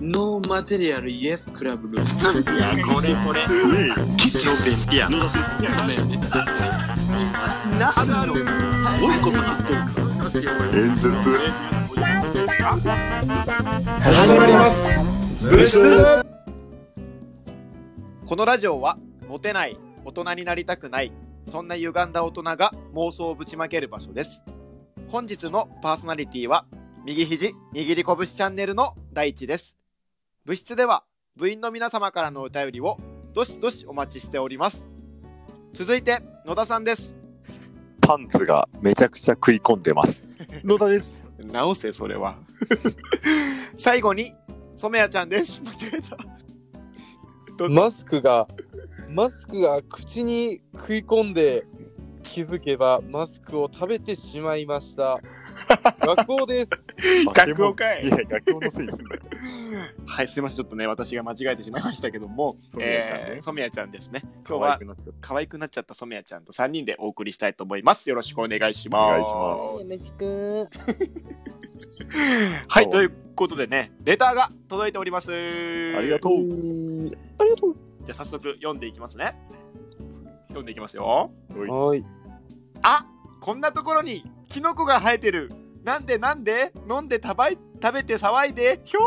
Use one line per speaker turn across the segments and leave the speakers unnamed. ノーマテリアルイエスクラブルー
いや、これこれ。キッチン便利や。ど
そうだよね。
ういうことだ
演説
始まります
物質
このラジオはモテない大人になりたくないそんな歪んだ大人が妄想をぶちまける場所です本日のパーソナリティは右肘握り拳チャンネルの第一です部室では部員の皆様からのお便りをどしどしお待ちしております続いて野田さんです
パンツがめちゃくちゃ食い込んでます。野田です。
直せそれは 最後に染谷ちゃんです間違えた
マスクがマスクが口に食い込んで気づけばマスクを食べてしまい ました学校です
学校かい
いや、学校のせいにすんだよ。
はい、すいません、ちょっとね、私が間違えてしまいましたけども、
染谷ちゃんね
えー染谷ちゃんですね。今日
可愛
は
くなっちゃった。
可愛くなっちゃった染谷ちゃんと3人でお送りしたいと思います。よろしくお願いします。
お願いしま
よろしく。
はい、ということでね、レターが届いております。
あ
あ
りがと
う
う。
ーんありがと
う。じゃあ、早速読んでいきますね。読んでいきますよ。
うはい
あこんなところにキノコが生えてる。なんでなんで飲んでたばい食べて騒いでひょ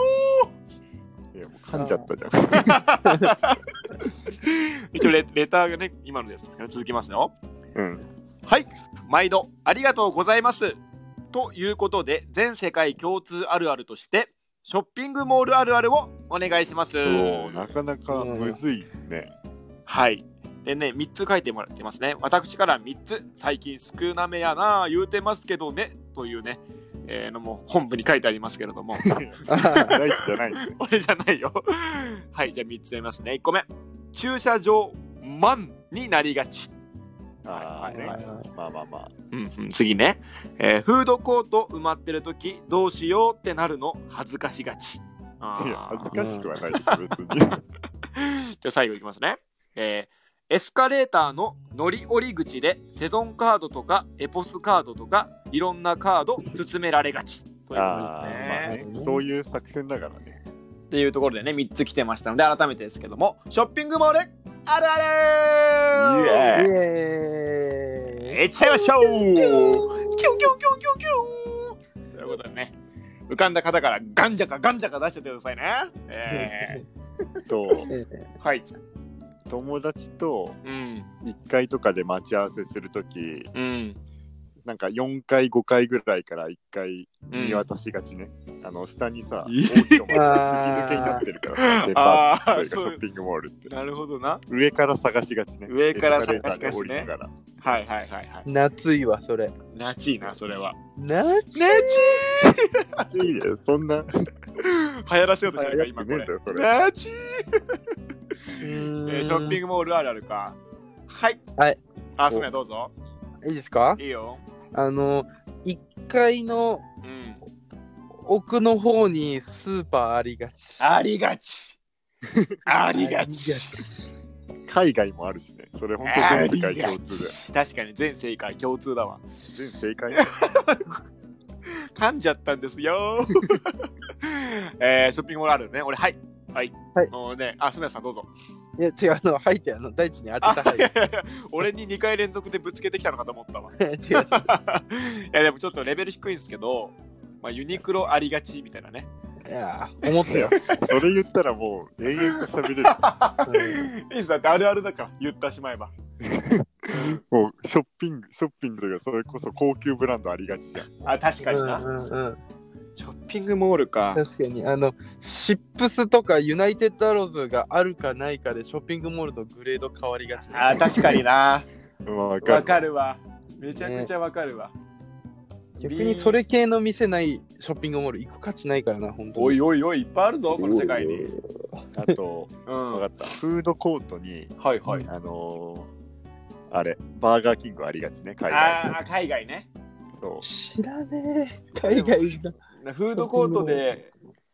いや、もう噛んじゃったじゃん。
ー 一応レレターがね今のですから続きますよ
うん。
はい、毎度ありがとうございます。ということで、全世界共通あるあるとして、ショッピングモールあるあるをお願いします。
おーなかなかむずいね。
はい。でね、3つ書いてもらってますね。私から3つ、最近少なめやなあ言うてますけどね、というね、えーのも本部に書いてありますけれども、
ないじゃない。
俺じゃないよ。はい、じゃあ3つ読みますね。1個目、駐車場マンになりがち。
ああ、ね。まあまあまあ。
うんうん、次ね、えーフードコート埋まってる時どうしようってなるの恥ずかしがち
いや、
あ
恥ず
ー
かしくはないです、別に。
じゃあ最後いきますね、えーエスカレーターの乗り降り口でセゾンカードとかエポスカードとかいろんなカード勧められがちということです
あーまあ
ね
ね、そういう作戦だからね。
っていうところでね3つ来てましたので改めてですけどもショッピングモールあるある
イエ
イエーイ
いっちゃいましょうキュンキュンキュンキュンキュンということでね、浮かんだ方からガンジャカガンジャカ出してってくださいね。え
と、
ー、はい。
友達と
うん。
1階とかで待ち合わせするとき、
うん。
なんか4階、5階ぐらいから1階
うん
見渡しがちね。あの、下にさ、
い
大きいおもちゃが
あー
吹き抜けになってるからさ、デパ
あ
ー
あ、
トという
そ
か
う
ショッ。ピングモールって。
なるほどな。
上から探しがちね。
上から探しがちね
エスカレーターで降りながら
はいはいはいはい。
夏いわそれ
なちいな、それは。
夏
なち
いやそんな、
流行らせようとしてるから、今
流
こ
行
れ
ってねえんだよそ。れ
なちい
シ
えーショッピングモールあるあるか。はい。
はい。
あ、そめどうぞ。
いいですか
いいよ。
あの1階の
うん。
奥の方にスーパーありがち
ありがち。ありがち。
海外もあるしね。それ本
あ
当
り
全世界
が
共通だよ。
ち確かに全世界共通だわ。
全世界
噛んじゃったんですよ。えー、ショッピングモールあるね。俺、はい。はい。
はい
もうね、あ、すみさん、どうぞ。
いや違うあの入ってあの大地に当てた入
いやいやいや俺に2回連続でぶつけてきたのかと思ったわ。い
違う違う
や、でもちょっとレベル低いんですけど、まあ、ユニクロありがちみたいなね。
いやー思ったよ
それ言ったらもう永遠と喋れる。
いいっすだってあるあるだから、言ったしまえば。
もうショッピング、ショッピングというか、それこそ高級ブランドありがちじゃん。
あ、確か
う
に
ん
な。
うんうん
ショッピングモールか。
確かにあのシップスとかユナイテッドアローズがあるかないかでショッピングモールのグレード変わりがちだ
あ、確かにな。
わかる。
わかるわ。めちゃくちゃわかるわ。
逆にそれ系の店ないショッピングモール行く価値ないからな本当に
おいおいおい、いっぱいあるぞ、この世界に。
あと、
うん。は
わか
い
った。フードコートに、
はい。
あのー、あれ、バーガーキングありがちね、海外。
ああ、海外ね。
そう。
知らねえ海外だ
フードコートで、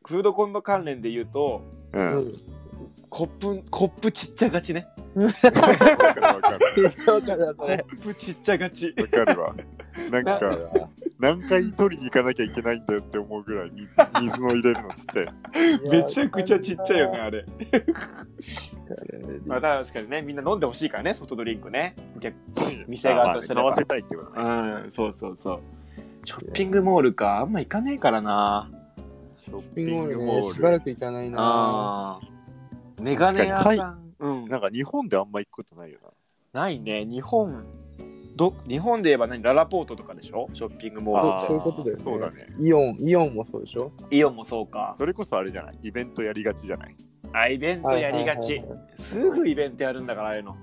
フードコート関連で言うと、
う。
うん ん
コップ、コップちっちゃがちね。
わかるわかる。
めっちゃわかるわそ
コ
れ
ップちっちゃがち。
わかるわ。なんか、何回取りに行かなきゃいけないんだよって思うぐらい水水の入れるのちって。
めちゃくちゃちっちゃいよね、あれ。ま
ま
あ、
だ
確かにね、みんな飲んでほしいからね、ソフトドリンクね。で店側として
ま
は
あまあね飲ませたいってこと
う
ね。
ん、そうそうそう。ショッピングモールか、あんま行かねえからな。
ショッ
ピン
ピ
グモ
ン
ール
グ
ね
モ
しば
ール。
らく行かないな
ああ。メガネ屋さ
確
ん。うん。
なんか日本であんま行くことないよな。
ないね、日本。ど日本で言えば何ララポートとかでしょショッピングモール
あ
って
ー
そういうことだよね
そうだね。
イオンイオンもそうでしょ
イオンもそうか
それこそあれじゃないイベントやりがちじゃない
あイベントやりがち
はいはい
すぐイベントやるんだからあれの
は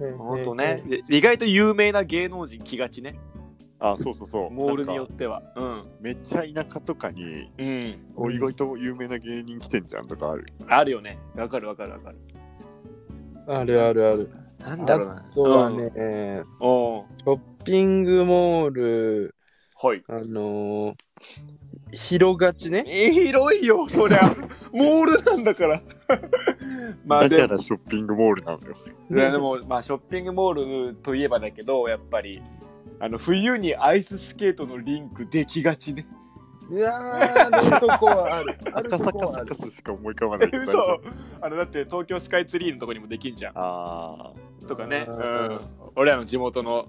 いはい
ほんとねで意外と有名な芸能人来がちね
あ、そうそうそう。
モールによ
な
っ
んか
てはうん
めっちゃ田舎とかに、
うん
お意外と有名な芸人来てんじゃんとかある。
あるよねわかるわかるわかる
あるあるある
なん
だ
だ
ろ
ろ
うな
うな
あとはね、えー
うんおう
ショッピングモール
はい
あのー、広がちね
広いよそり ゃモールなんだから まあ
だ
で
か
も
らショッピングモールなのよ。
いやでもまあショッピングモールといえばだけどやっぱりあの冬にアイススケートのリンクできがちね
うわーあるとこはあるある
赤
と
坂
こはあ
サ
る
カスしか思い浮かばない。
嘘あのだって東京スカイツリーのとこにもできんじゃん
あ
とかね、
あ
う
ー
ん、俺らの地元の、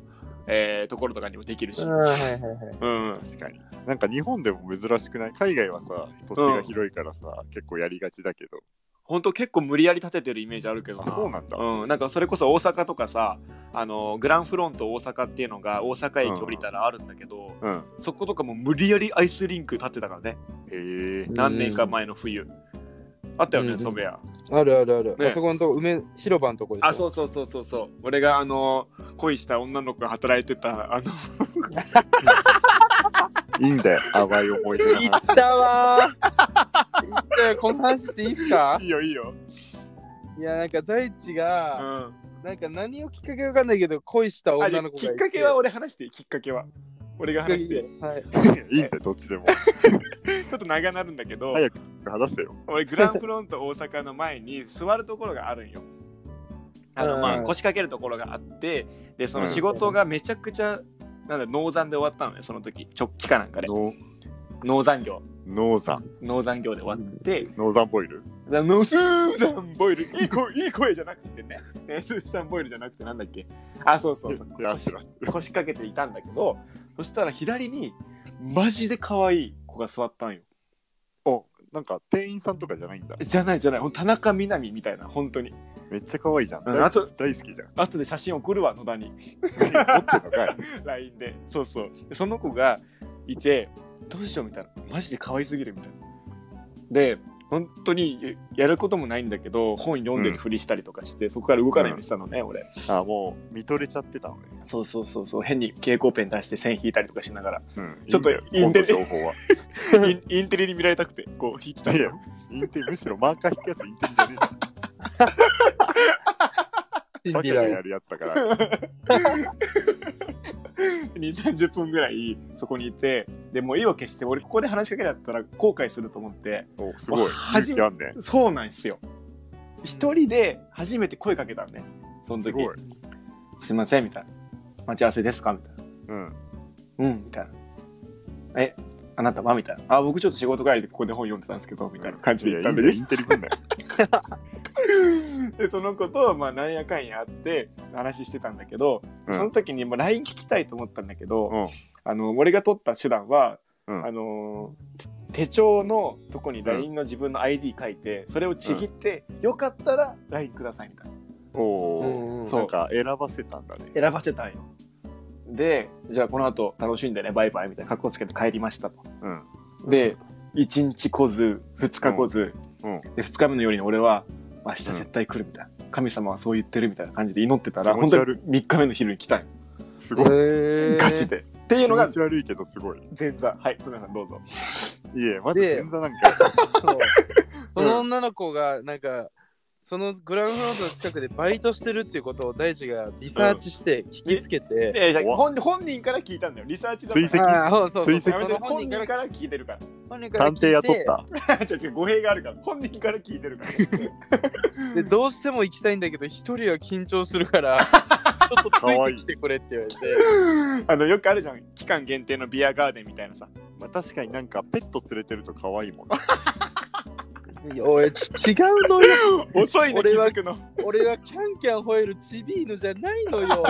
えーところとかにもできるし、
あー
う
はいはいはい
ん、
あ、確かに。なんか日本でも珍しくない海外はさ、土地が広いからさ、結構やりがちだけど。
本当結構無理やり建ててるイメージあるけど
あ、そうなんだ。
うん、なんかそれこそ大阪とかさあのグランフロント大阪っていうのが大阪駅降りたらあるんだけど、
うん。
そことかも無理やりアイスリンク建てたからね
へえ。
何年か前の冬、あったよね、
うん
ソベア
あるあるある、
ね
あそこのとこ梅広場のとこでしょ
あそうそうそうそうそう俺があの恋した女の子が働いてたあの
いいんだよ、淡い思い出の話。
行ったわー行ったよこの話していいっすか
いいよいいよ、
いやなんか大地
う
が、
ん、
なんか何をきっかけわかんないけど恋した
あ
女
じゃあ
の子がい
き
て
っかけは俺話していいきっかけは俺が話していい
はい
いいんだよ、どっちで も。
ちょっと長なるんだけど、
早く話せよ。
俺グランフロント大阪の前に座るところがあるんよ。あのまあ
うん
腰掛けるところがあってでその
うん
仕事がめちゃくちゃなんだ農山で終わったのねその時直帰かなんかで
ノ
農山業
ノーザン。
農山業で終わって
ノーザンボイル
「だノスーザンボイル」いい声いい声じゃなくてねえースーザンボイルじゃなくてなんだっけあそうそうそう
いや、知らん。
腰掛けていたんだけどそしたら左にマジで可愛い子が座ったんよ
お、なんか店員さんとかじゃないんだ。
じゃないじゃないほん田中みな実みたいな本当に
めっちゃ可愛いじゃん。
うんあと
大好きじゃん。
後で写真送るわ野田 に
持ってんのかい。
LINE でそうそうでその子がいてどうしようみたいなマジで可愛すぎるみたいなで本当にやることもないんだけど本読んでるふりしたりとかして、そこから動かないようにしたのね、俺
あ、もう見とれちゃってたのね。
そうそうそうそう変に蛍光ペン出して線引いたりとかしな がら
うん。
ちょっと
いいんだよ
インテリ
本の情報は。
インインテリに見られたくてこう引いてた
いやインテリ、むしろマーカー引くやつインテリじゃねえじ
新
ゃん。バカ
未
でや
来
るやつだから。
2 3 0分ぐらいそこにいてでもう意を決して俺ここで話しかけられたら後悔すると思って
お、すごい。
初め
勇気あんね。
そうなんですよ。一人で初めて声かけたのね。その
す
時
ごい。
すいませんみたいな。待ち合わせですかみたい
うん。
な。うんみたいな。えあなたはみたいな。あ僕ちょっと仕事帰りでここで本読んでたんですけどみたいな感じ
い
で
や、い
言
いん
ったんで
だよ、インテリ分だよ。
でその子とまあなんやかんやあって話してたんだけど、
うん
その時にもう LINE 聞きたいと思ったんだけど、
うん
あの俺が取った手段は、
うん
あのー手帳のとこに LINE の自分の ID 書いてそれをちぎって、よかったら LINE くださいみたいな。
お
う
ー。
んうん
そう
なんか選ばせたんだね。
選ばせたんよでじゃあこの後楽しんでねバイバイみたいな格好つけて帰りましたと
うん。
で1日来ず2日来ず、
うんうん
で2日目の夜に俺は明日絶対来るみたいな、神様はそう言ってるみたいな感じで祈ってたら
気
本
持ち
当
悪い
に3日目の昼に来たんよ
す
え
ごい。
ー
ガチで、っていう
気
のが
持ち悪いけどすごい。い
前座はい津田さんどうぞ
え、まず
で
銀座なんか。
そうその女の子がなんかそのグラウンドの近くでバイトしてるっていうことを大地がリサーチして聞きつけて、
えじゃあ
怖っ
本本人から聞いたんだよリサーチだか
追
ら
跡
ああそうそうそう
追跡
やめ
そ
て
の本
本
人
人
か
からら聞いてるから
本人から
探
聞いて
偵雇った。
違う違う語弊があるから本人から 聞いてるから
でどうしても行きたいんだけど一人は緊張するからょっとついてきてくれって言われて、
あの、よくあるじゃん。期間限定のビアガーデンみたいな さ。
まあ、確かになんかペット連れてると可愛いもんね。
いやおい、ち違うのよ。
遅いね、気
俺は
づくの。
俺はキャンキャン吠えるチビーヌじゃないのよ。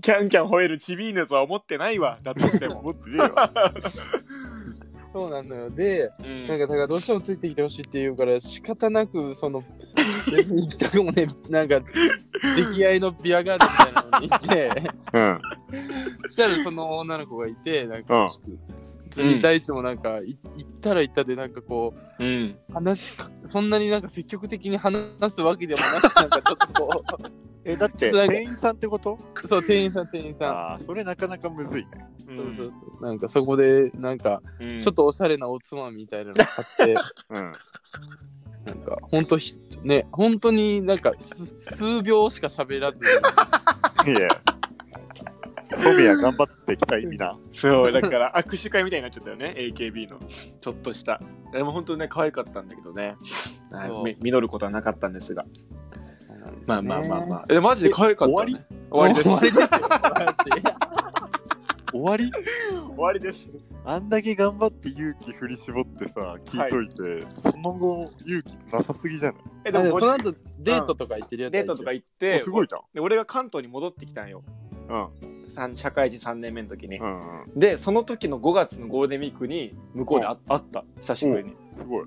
キャンキャン吠えるチビーヌとは思ってないわ。だとしても。
持ってねえわ。
そうなのよ。で、
うん
なんかだからどうしてもついてきてほしいって言うから仕方なくその行きたくもねなんか出来合いのビアガーデンみたいなのに行 って
うん。
そしたらその女の子がいてなん
うん
かちょっと釣り大地もなんかい行ったら行ったでなんかこ
うん。
う話しかそんなになんか積極的に話すわけでもなくなんかちょっとこ
え、だって
ちょっとなんか
店員さんってこと
うそう店員さん店員さ
ああ、それなかなかむずいね。
うんん
そうそうそうなんかそこでなんか
うん
ちょっとおしゃれなおつまみみたいなの買って
うん。
なんか、ほんとひ、ね、本当になんか、す数秒しか喋らずに、
いや。ソビア頑張ってきた意味な。
そう、だから握手会みたいになっちゃったよね、AKB の。ちょっとした。でも本当にね、可愛かったんだけどね。はい
そう
み実ることはなかったんですが。まあまあまあま
あ。
あ。え、マジで可愛かった、ね。終わり
終わ
です。
りですよ。マ
終わり
終わりです。
あんだけ頑張って勇気振り絞ってさ、聞いといて、その後勇気なさすぎじゃない
え、
ジ
で
で
も、
その後、デートとか行ってるやつ、
デートとか行っ
あ
て、
すごいじゃん。
で俺が関東に戻ってきたんよ。さん社会人3年目の時に
う。ん。うんうん。
で、その時の5月のゴールデンウィークに、向こうであ会った、久しぶりに。
すごい。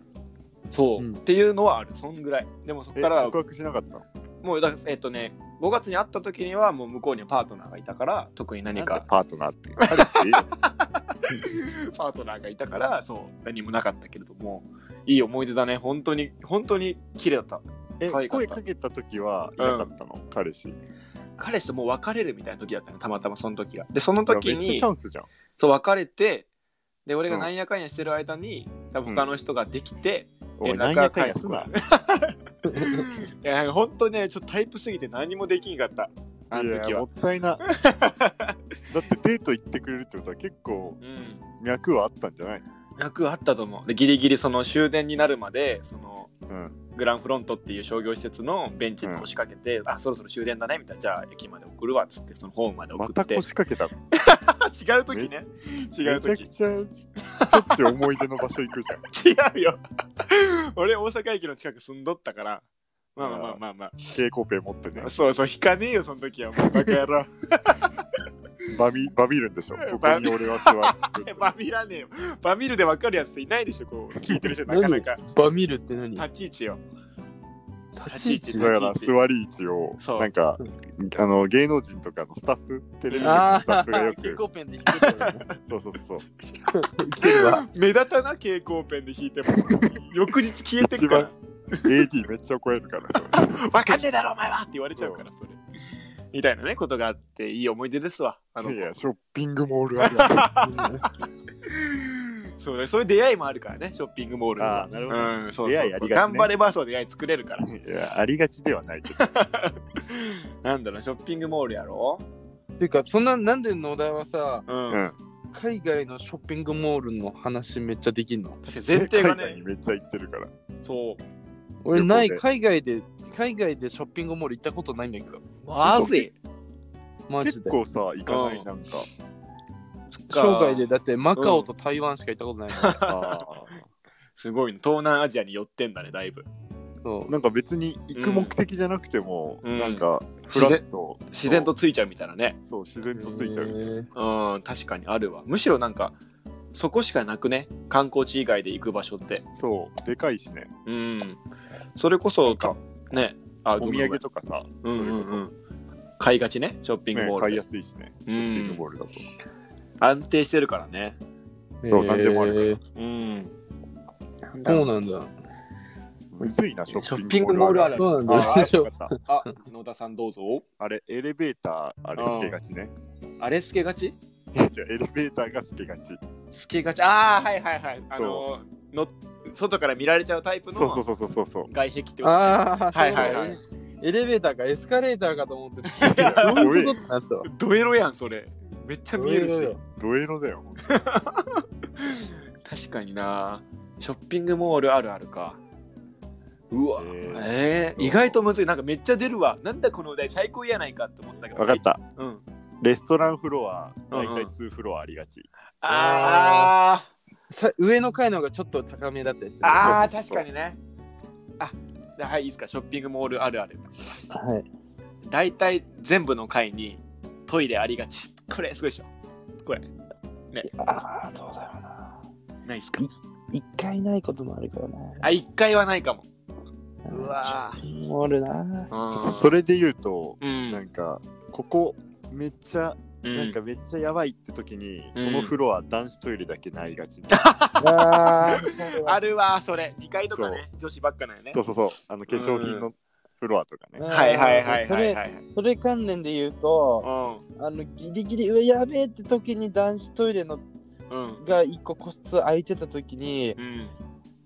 そう、
うん
っていうのはある、そんぐらい。でもそこ
え、
から
告、白しなかったの
もうだから、えっとね、5月に会った時には、もう向こうにはパートナーがいたから、特に何か
パートナーって。
パートナーがいたからそう何もなかったけれどもいい思い出だね本当に本当に綺麗だった
え、
可愛かっ
声
た
かけた時はいなかったの、彼氏。
彼氏ともう別れるみたいな時だったのたまたまその時がでその時
いやめっちゃ
に
チャンスじゃん。
そう別れてで俺が
うん
なんやかんやしてる間に、多分他の人ができて、
おい、
連
何
絡
や
が
かん
返っ
や
て
す
こな
ない
い。やなんか本当ねちょっとタイプすぎて何もできんかったあの
い
時
や
は
もっ たいな。だってデート行ってくれるってことは結構
うん
脈はあったんじゃない
楽あったと思うでギリギリその終電になるまでその
うん。
グランフロントっていう商業施設のベンチに腰掛けて、あそろそろ終電だねみたいなじゃあ駅まで送るわっつってそのホームまで送
ま
ったて、
腰掛けたの。
違う 時ね違う
めちゃ
時
くちゃ、ちょっと思い出の場所行くじゃん。
違うよ 俺大阪駅の近く住んどったからまあまあまあまあま
蛍光ペン持ってね
あ。そうそう引かねえよその時はもうバカ 野郎
バビ、バビるんでしょ。ここに俺は座る。
バミらねえよバミるで分かるやつっていないでしょこう聞いてる人なかなか
ミルって何
立ち位置よ
立
立
ち
ち
位
位
置
置
だから座り位置を
そう
なんかあの芸能人とかのスタッフテレビ局の
あ
スタッ
あ、
フがよ
蛍光
く
ペンで弾けたよね
そうそうそう
いけるわ。
目立たな蛍光ペンで引いても翌日消えてくから
AD めっちゃ怒られるからそれ
分かんねえだろお前はって言われちゃうからそれみたいなねことがあっていい思い出ですわあの子
いやショッピングモールある あ
そうねそういう出会いもあるからねショッピングモールには
あーなるほど
うん、そうそうそう
出会いありがちね
頑張ればそう出会い作れるから
るいやありがちではないけど
なんだろうショッピングモールやろ
ていうか、そんな、なんで野田はさ、
うん、
うん
海外のショッピングモールの話めっちゃできんの
確かに前提が
海外
ね
にめっちゃ行ってるから
そう
俺ない、
旅行
海外で、海外でショッピングモール行ったことないんだけど、
まずい
マジ
結
で。
構さ行かな
う
い
ん
なんか
生涯でだってマカオと台湾しか行ったことないも
あ
すごいね東南アジアに寄ってんだねだいぶ
ん。そう
ーなんか別に行く目的じゃなくても、
うん
なんかフラッと
自然とついちゃうみたいなね
そう自然とついちゃう、
へー
うん確かにあるわむしろなんかそこしかなくね観光地以外で行く場所って
そうでかいしね
うんそれこそたねあ
お
ごめん
土
ごめん
産とかさ、
うんうん
それ
うん買いがちねショッピング
ね
モ、ール
買い
で、
やすいしねシ
うん
ョッピングモールだと、
安定してるからね
そうなんでもあるから
へー
うん
そうなんだ。
むずいなシ
ショ
ョ
ッ
ッピ
ピ
ン
ン
グ
グ
モ
モール
ールあ
あ
る
る
そうなん
あ
だ。
ーよかった
あ 野田さんどうぞ
あれエレベーターあれつけがちね
あれ透けがち
いや 違うエレベーターがつけがち
透けがちああはいはいはいあのの外から見られちゃうタイプ
そう
の
そうそうそうそう
外壁ってこと
ああ、
はいはいは
そうだ
い
ね。エレベーターかエスカレーターかと思って
や
た。どういうことなんすか
ドエロやんそれめっちゃ見えるし
ドエロだよ
確かになショッピングモールあるあるかうわ
えー
えー、意外とむずいなんかめっちゃ出るわなんだこのお題最高やないかって思ってたけど
わかった。
たうん
レストランフロア、大
う
体
ん
2フロアありがち。
あ
さ上の階の方がちょっと高めだったりする
ーあー
そう
確
そう
かにねあじゃあはいいいですかショッピングモールあるある
はい
大体全部の階にトイレありがちこれすごいでしょ
ああどうだろうな
ないっすか
一回ないこともあるからな
あ一階はないかも
う
わ
おるな
うん
それで言うと、
うん
なんか、ここめっちゃ、
う
なん
ん
かめっちゃやばいって時に、
うん
そのフロア男子トイレだけないが ち。
あ
あるわそれ2階とかね女子ばっかなんよね
そうそうそう、あの化粧品のフロアとかね。
はいはいはいはいはい
それそれ関連で言うと
う
あのギリギリうわやべえって時に男子トイレの
んうん
が一個個室空いてた時に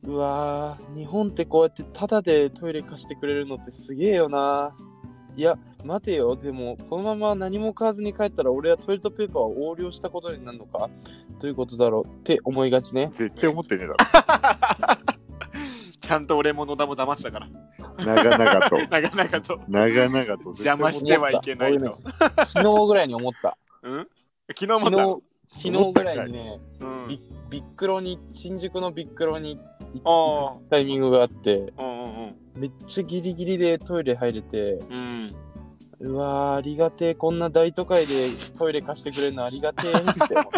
うん
うわー日本ってこうやってタダでトイレ貸してくれるのってすげえよないや待てよでもこのまま何も買わずに帰ったら俺はトイレットペーパーを横領したことになるのかということだろうって思いがちね
絶対思ってねえだ
ちゃんと俺も野田も黙ってたから
ろ。長々と。
なかなかと
長々と絶
邪
対思っ
魔
て
してはいけないと
思。昨日ぐらいに思った
うん、昨日も
昨
だ、
日昨日ぐらいにね
うん、
びビックロに新宿のビックロに
あ
行くタイミングがあって
あ、うんうん
めっちゃギリギリでトイレ入れて
うん。うん、
うわーありがてえこんな大都会でトイレ貸してくれるのありがてえって思った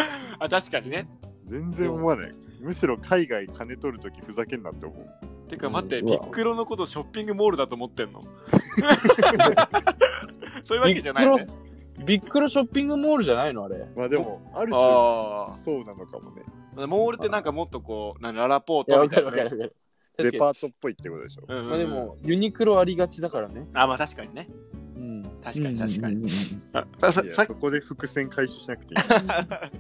あ確かにね。
全然思わない。むしろ海外金取るときふざけんなって思う。
てか待って、
うん
ピックロのことショッピングモールだと 思ってんのそういうわ
ビ
けじゃないね
ッ。クロビックロショッピングモールじゃないのあれ。
まあでも、ある種、
あ
そうなのかもね。
あ、モールってなんかもっとこう、なんララポ
い
ー
や、
ト
わ
み
か
た
る
い
わ
な
か
ね、
るわかる。
デ
確かに。
パートっぽいってことでしょ。
うんうんうん
まあでも、ユニクロありがちだからね。
あ、まあ確かにね。
うん。
確かに確かに。
に。
あささ
いや
さ
そこで伏線回収しなくていい。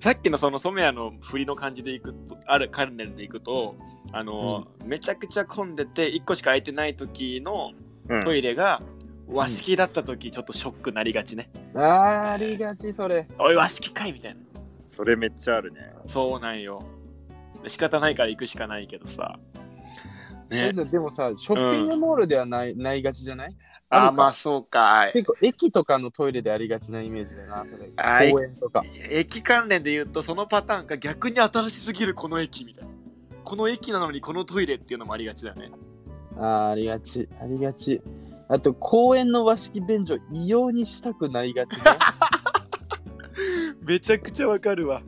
さっきのその染谷の振りの感じでいくとある関連でいくとあの、めちゃくちゃ混んでて1個しか空いてない時の
うん
トイレが和式だった時ちょっとショックなりがちね、
あー、ありがち、それ。
おい和式かいみたいな
それめっちゃあるね。
そうなんよ仕方ないから行くしかないけどさね
でもさ、ショッピングモールではない、ないがちじゃないある
あ
か
まあそうか
結構、駅とかのトイレでありがちなイメージだな、それ。
あー
公園とか。
駅関連で言うとそのパターンが逆に新しすぎるこの駅みたいなこの駅なのにこのトイレっていうのもありがちだよね
あー、ありがち、ありがち。あと、公園の和式便所、異様にしたくないがちね。
めちゃくちゃわかるわ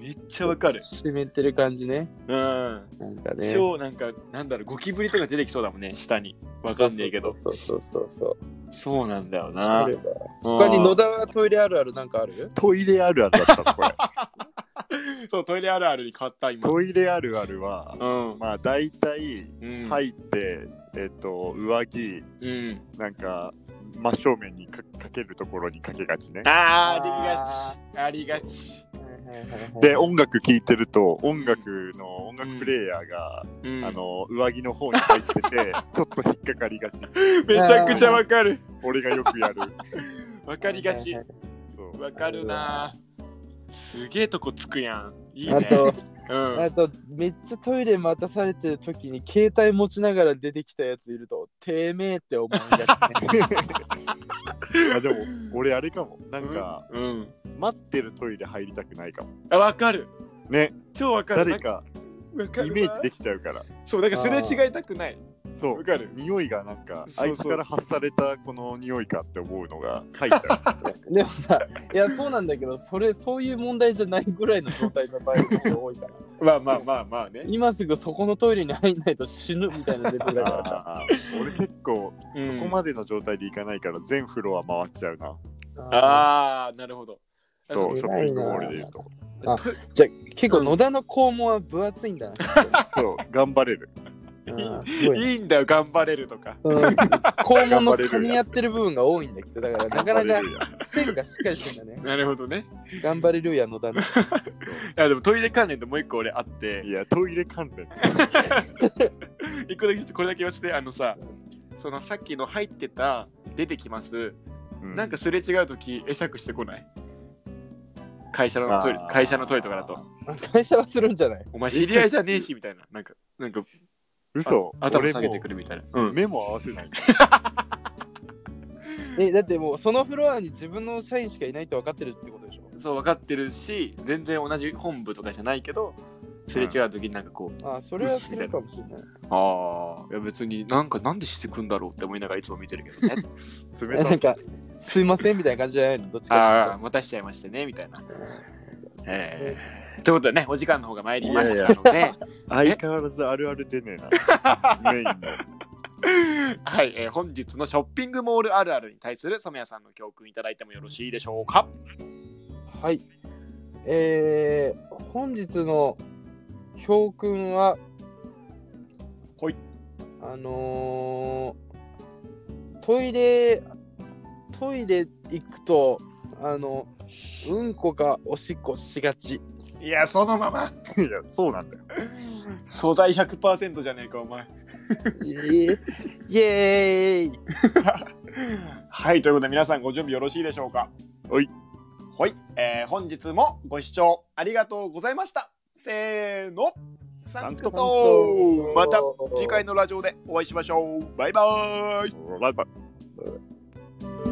めっちゃ わかる
湿ってる感じね。
うん
なんかね。
超なんかなんだろうゴキブリとか出てきそうだもんね下にわかんねえけど
そうそうそうそう
そうなんだよ
そう。そ
な
れは他に野田はトイレあるあるなんかある
トイレあるあるだったの こ
う
れ。
んそうトイレあるあるに変わった今
トイレあるあるは、
うん
まあ大体
うんい
入って、えっと、上着、
うん
なんか真正面にかかけるところにかけがちね。
あーありがちありがち
で、音楽聴いてると、音楽の音楽プレイヤーが、
うん
あの、上着の方に入って て、ちょっと引っかかりがち。
めちゃくちゃわかる
俺がよくやる。
わかりがち
そう
わかるなすげえとこつくやんいいね
あと、
うん
あと、めっちゃトイレ待たされてる時に携帯持ちながら出てきたやついると、てめえって思いがちね。
いやでも俺あれかもなんか、
うん
待ってるトイレ入りたくないかも
あわかる
ね
超わかる
誰か
なんか
イメージできちゃうから
そうだからすれ違いたくない
そ
わ
う
かる
匂いがなんか
そ
あ
うそう
いつから発されたこの匂いかって思う のが入っちゃ
でもさ、いや、そうなんだけど、それ、そういう問題じゃないぐらいの状態の場合の方が多いから、
まあまあまあまあね
今すぐそこのトイレに入んないと死ぬみたいなレベル
う
だからさ。
あー俺結構そこまでの状態でいかないから全フロア回っちゃうな
ああ、なるほど。あ
そうショ
そう
ッピングモールで言うと
あじゃあ結構野田の肛門は分厚いんだな。
そう頑張れる
うんすごいね
いいんだよ、頑張れるとか。
うん肛門の噛み合ってる部分が多いんだけど、だからなかな
頑張れ
か
るやん
線がしっかりしてんだね。
なるほどね。
頑張れるやのだ な。
いや、でもトイレ関連でもう一個俺あって
い、やトイレ関連
一個だけ、これだけ言わせて、あのさ、そのさっきの入ってた、出てきます、なんかすれ違うとき、会釈してこない会社のトイレ
あ、ー
会社のトイレとかだと、
会社はするんじゃない
お前知り合いじゃねえし、みたいな。なんか、なんか、
嘘
あ頭下げてくるみたいな。う
俺も
ん。
目も合わせない。
え、だってもうそのフロアに自分の社員しかいないって分かってるってことでしょ
そう、分かってるし、全然同じ本部とかじゃないけど、すれ違うときになんかこう、
あそれはするかもしれない。
ああ、いや別になんかなんでしてくんだろうって思いながらいつも見てるけどね。
冷
え
た
なん
い。
か、すいませんみたいな感じじゃないのどっち
ああ、
か
またしちゃいましたね、みたいな。えー、ということでね、お時間の方が参りましたの
い
で、
相変わらずあるある出ねえな。メインの。
はい、えー本日のショッピングモールあるあるに対する染谷さんの教訓いただいてもよろしいでしょうか
と。はい。えー、本日の教訓は、
ほい。
あのー、トイレ、トイレ行くと、あの、うんこかおしっこしがち。
いや、そのまま。
いや、そうなんだよ。
素材100%じゃねえか、お前。
イエーイ
はい、ということで皆さんご準備よろしいでしょうか
はい。
はい、えー本日もご視聴ありがとうございました。せーの、サンクトーまた次回のラジオでお会いしましょう。バイバーイ
バイバイ。
「